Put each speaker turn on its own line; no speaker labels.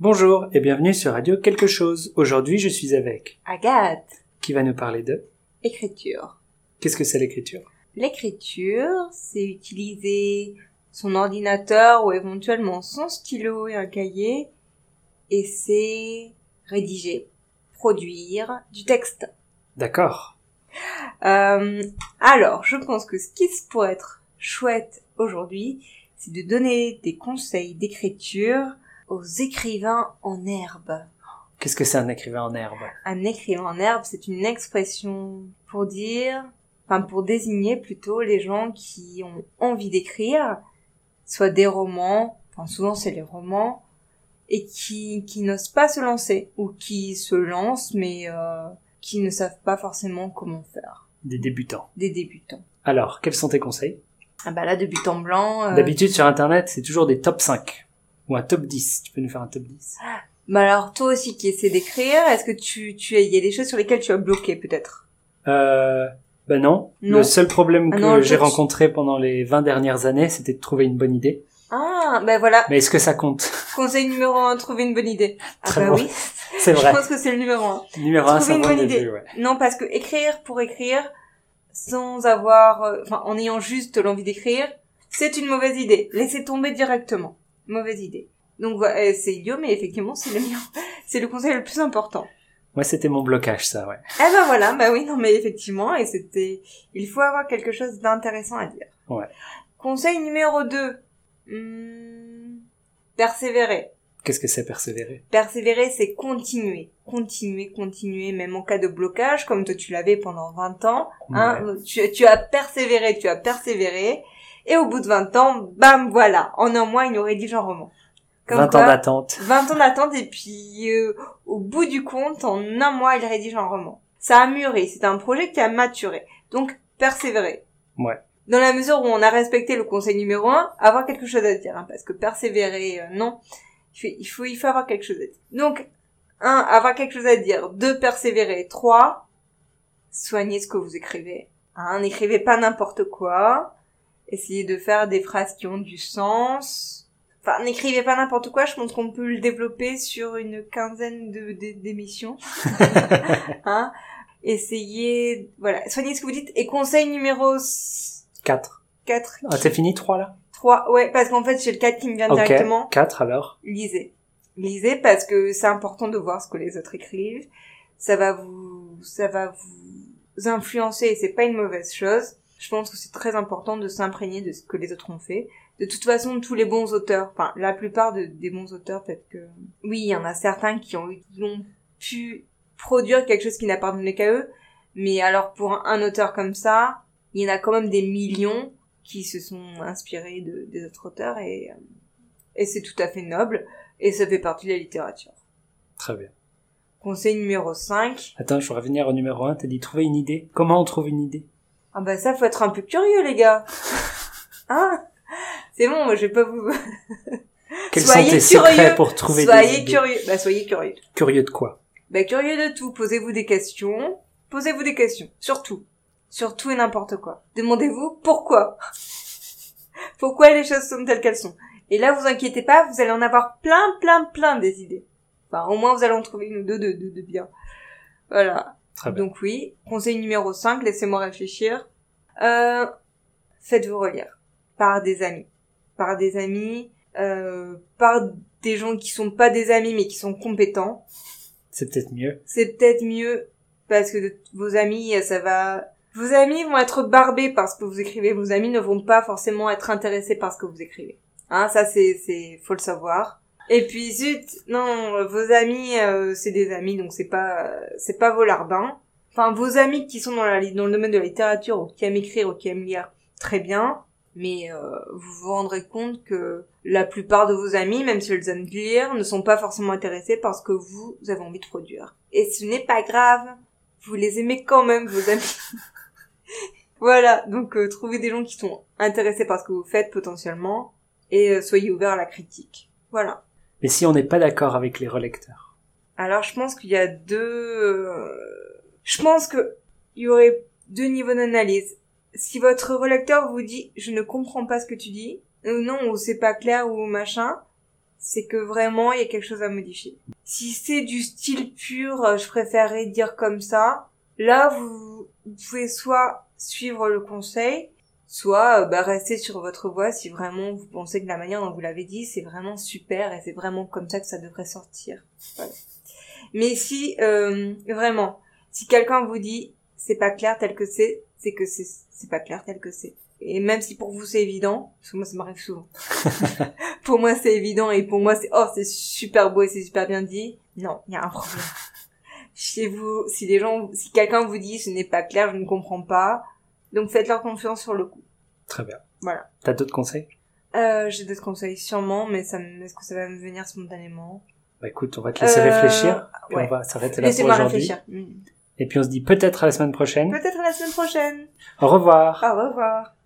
Bonjour et bienvenue sur Radio Quelque chose. Aujourd'hui, je suis avec
Agathe,
qui va nous parler de
écriture.
qu'est-ce que c'est l'écriture.
L'écriture, c'est utiliser son ordinateur ou éventuellement son stylo et un cahier, et c'est rédiger, produire du texte.
D'accord.
Euh, alors, je pense que ce qui se pourrait être chouette aujourd'hui, c'est de donner des conseils d'écriture aux écrivains en herbe.
Qu'est-ce que c'est un écrivain en herbe
Un écrivain en herbe, c'est une expression pour dire, enfin pour désigner plutôt les gens qui ont envie d'écrire, soit des romans, enfin souvent c'est les romans, et qui, qui n'osent pas se lancer, ou qui se lancent mais euh, qui ne savent pas forcément comment faire.
Des débutants.
Des débutants.
Alors, quels sont tes conseils
Ah bah là, débutant blanc... euh,
D'habitude, sur Internet, c'est toujours des top 5 ou un top 10. Tu peux nous faire un top 10
Bah alors toi aussi qui essaies d'écrire, est-ce que tu, tu il y a des choses sur lesquelles tu as bloqué peut-être
Euh... Ben non.
Non.
Le seul problème
Ah
que
non, le
j'ai
top-
rencontré pendant les 20 dernières années, c'était de trouver une bonne idée.
Ah, bah voilà,
Mais est-ce que ça compte
conseil numéro un, trouver une bonne idée. Ah
Très
bah
bon.
oui,
C'est vrai.
Je pense que c'est le numéro un.
Numéro 1,
Trouver
c'est un
une
point
bonne
de
idée.
vue, ouais.
Non, parce que écrire pour écrire, sans avoir, euh, enfin, en ayant juste l'envie d'écrire, c'est une mauvaise idée. Laissez tomber directement. Mauvaise idée. Donc voilà, euh, c'est idiot, mais effectivement, c'est le mien. C'est le conseil le plus important.
Moi, c'était mon blocage, ça, ouais.
Ah bah voilà, bah oui, non mais effectivement, et c'était, il faut avoir quelque chose d'intéressant à dire.
Ouais.
Conseil numéro 2. persévérer.
Qu'est-ce que c'est persévérer
Persévérer, c'est continuer, continuer, continuer, même en cas de blocage, comme toi tu l'avais pendant 20 ans. Hein, tu, tu as persévéré, tu as persévéré, et au bout de 20 ans, bam, voilà, en un mois, il nous rédige un roman. Comme
20
quoi,
ans d'attente.
20 ans d'attente, et puis euh, au bout du compte, en un mois, il rédige un roman. Ça a mûri, c'est un projet qui a maturé. Donc, persévérer.
Ouais.
Dans la mesure où on a respecté le conseil numéro 1, avoir quelque chose à dire, hein, parce que persévérer, euh, non. Il faut, il faut, il faut avoir quelque chose à dire. Donc, 1. Avoir quelque chose à dire. 2. Persévérer. 3. Soignez ce que vous écrivez. Hein, N'écrivez pas n'importe quoi. Essayez de faire des phrases qui ont du sens. Enfin, n'écrivez pas n'importe quoi. Je pense qu'on peut le développer sur une quinzaine de de- d'émissions. hein Essayez, voilà, soignez ce que vous dites. Et conseil numéro
4.
4,
Ah, c'est fini 3 là
3, ouais, parce qu'en fait, j'ai le 4 qui me vient
Ok.
directement.
4 alors
lisez. Lisez parce que c'est important de voir ce que les autres écrivent. Ça va vous, ça va vous influencer et c'est pas une mauvaise chose. Je pense que c'est très important de s'imprégner de ce que les autres ont fait. De toute façon, tous les bons auteurs, enfin, la plupart de- des bons auteurs, peut-être que, oui, il y en a certains qui ont, qui ont pu produire quelque chose qui n'appartenait qu'à eux. Mais alors, pour un, un auteur comme ça, il y en a quand même des millions qui se sont inspirés de, des autres auteurs et, euh, et c'est tout à fait noble et ça fait partie de la littérature.
Très bien.
Conseil numéro 5.
Attends, je vais revenir au numéro 1. T'as dit trouver une idée. Comment on trouve une idée
Ah bah ça, faut être un peu curieux, les gars. Hein C'est bon, moi, je vais pas vous...
Quels
Soyez
sont tes
curieux.
secrets pour trouver des
soyez
idées
curieux. Bah, soyez curieux.
Curieux de quoi
Bah, curieux de tout. Posez-vous des questions. Posez-vous des questions. Surtout. Surtout et n'importe quoi. Demandez-vous pourquoi. pourquoi les choses sont telles qu'elles sont. Et là, vous inquiétez pas, vous allez en avoir plein, plein, plein des idées. Enfin, au moins, vous allez en trouver une ou deux de, de, de bien. Voilà.
Très bien.
Donc oui, conseil numéro 5, laissez-moi réfléchir. Euh, Faites-vous relire par des amis. Par des amis, euh, par des gens qui sont pas des amis mais qui sont compétents.
C'est peut-être mieux.
C'est peut-être mieux parce que de- vos amis, euh, ça va... Vos amis vont être barbés par ce que vous écrivez. Vos amis ne vont pas forcément être intéressés par ce que vous écrivez. Hein, ça c'est... c'est faut le savoir. Et puis zut, non, vos amis, euh, c'est des amis, donc c'est pas... c'est pas vos larbins enfin vos amis qui sont dans, la, li- dans le domaine de la littérature ou qui aiment écrire ou qui aiment lire très bien mais euh, vous vous rendrez compte que la plupart de vos amis même si elles aiment lire ne sont pas forcément intéressés par ce que vous avez envie de produire et ce n'est pas grave vous les aimez quand même vos amis voilà donc euh, trouvez des gens qui sont intéressés par ce que vous faites potentiellement et euh, soyez ouverts à la critique voilà
Mais si on n'est pas d'accord avec les relecteurs
alors je pense qu'il y a deux. euh, Je pense que il y aurait deux niveaux d'analyse. Si votre relecteur vous dit je ne comprends pas ce que tu dis, ou non, ou c'est pas clair, ou machin, c'est que vraiment il y a quelque chose à modifier. Si c'est du style pur, euh, je préférerais dire comme ça. Là, vous, vous pouvez soit suivre le conseil, soit euh, bah, rester sur votre voie si vraiment vous pensez que la manière dont vous l'avez dit, c'est vraiment super et c'est vraiment comme ça que ça devrait sortir. Voilà. Mais si euh, vraiment, si quelqu'un vous dit c'est pas clair tel que c'est, c'est que c'est c'est pas clair tel que c'est. Et même si pour vous c'est évident, parce que moi ça m'arrive souvent. pour moi c'est évident et pour moi c'est oh c'est super beau et c'est super bien dit. Non, il y a un problème. Chez vous, si les gens, si quelqu'un vous dit ce n'est pas clair, je ne comprends pas, donc faites leur confiance sur le coup.
Très bien.
Voilà.
T'as d'autres conseils
Euh, j'ai d'autres conseils sûrement, mais ça, me- est-ce que ça va me venir spontanément
Bah écoute, on va te laisser
Euh,
réfléchir. Puis
ouais.
on va s'arrêter là pour
Laissez-moi
aujourd'hui.
réfléchir. Mm.
Et puis on se dit peut-être à la semaine prochaine.
Peut-être à la semaine prochaine.
Au revoir.
Au revoir.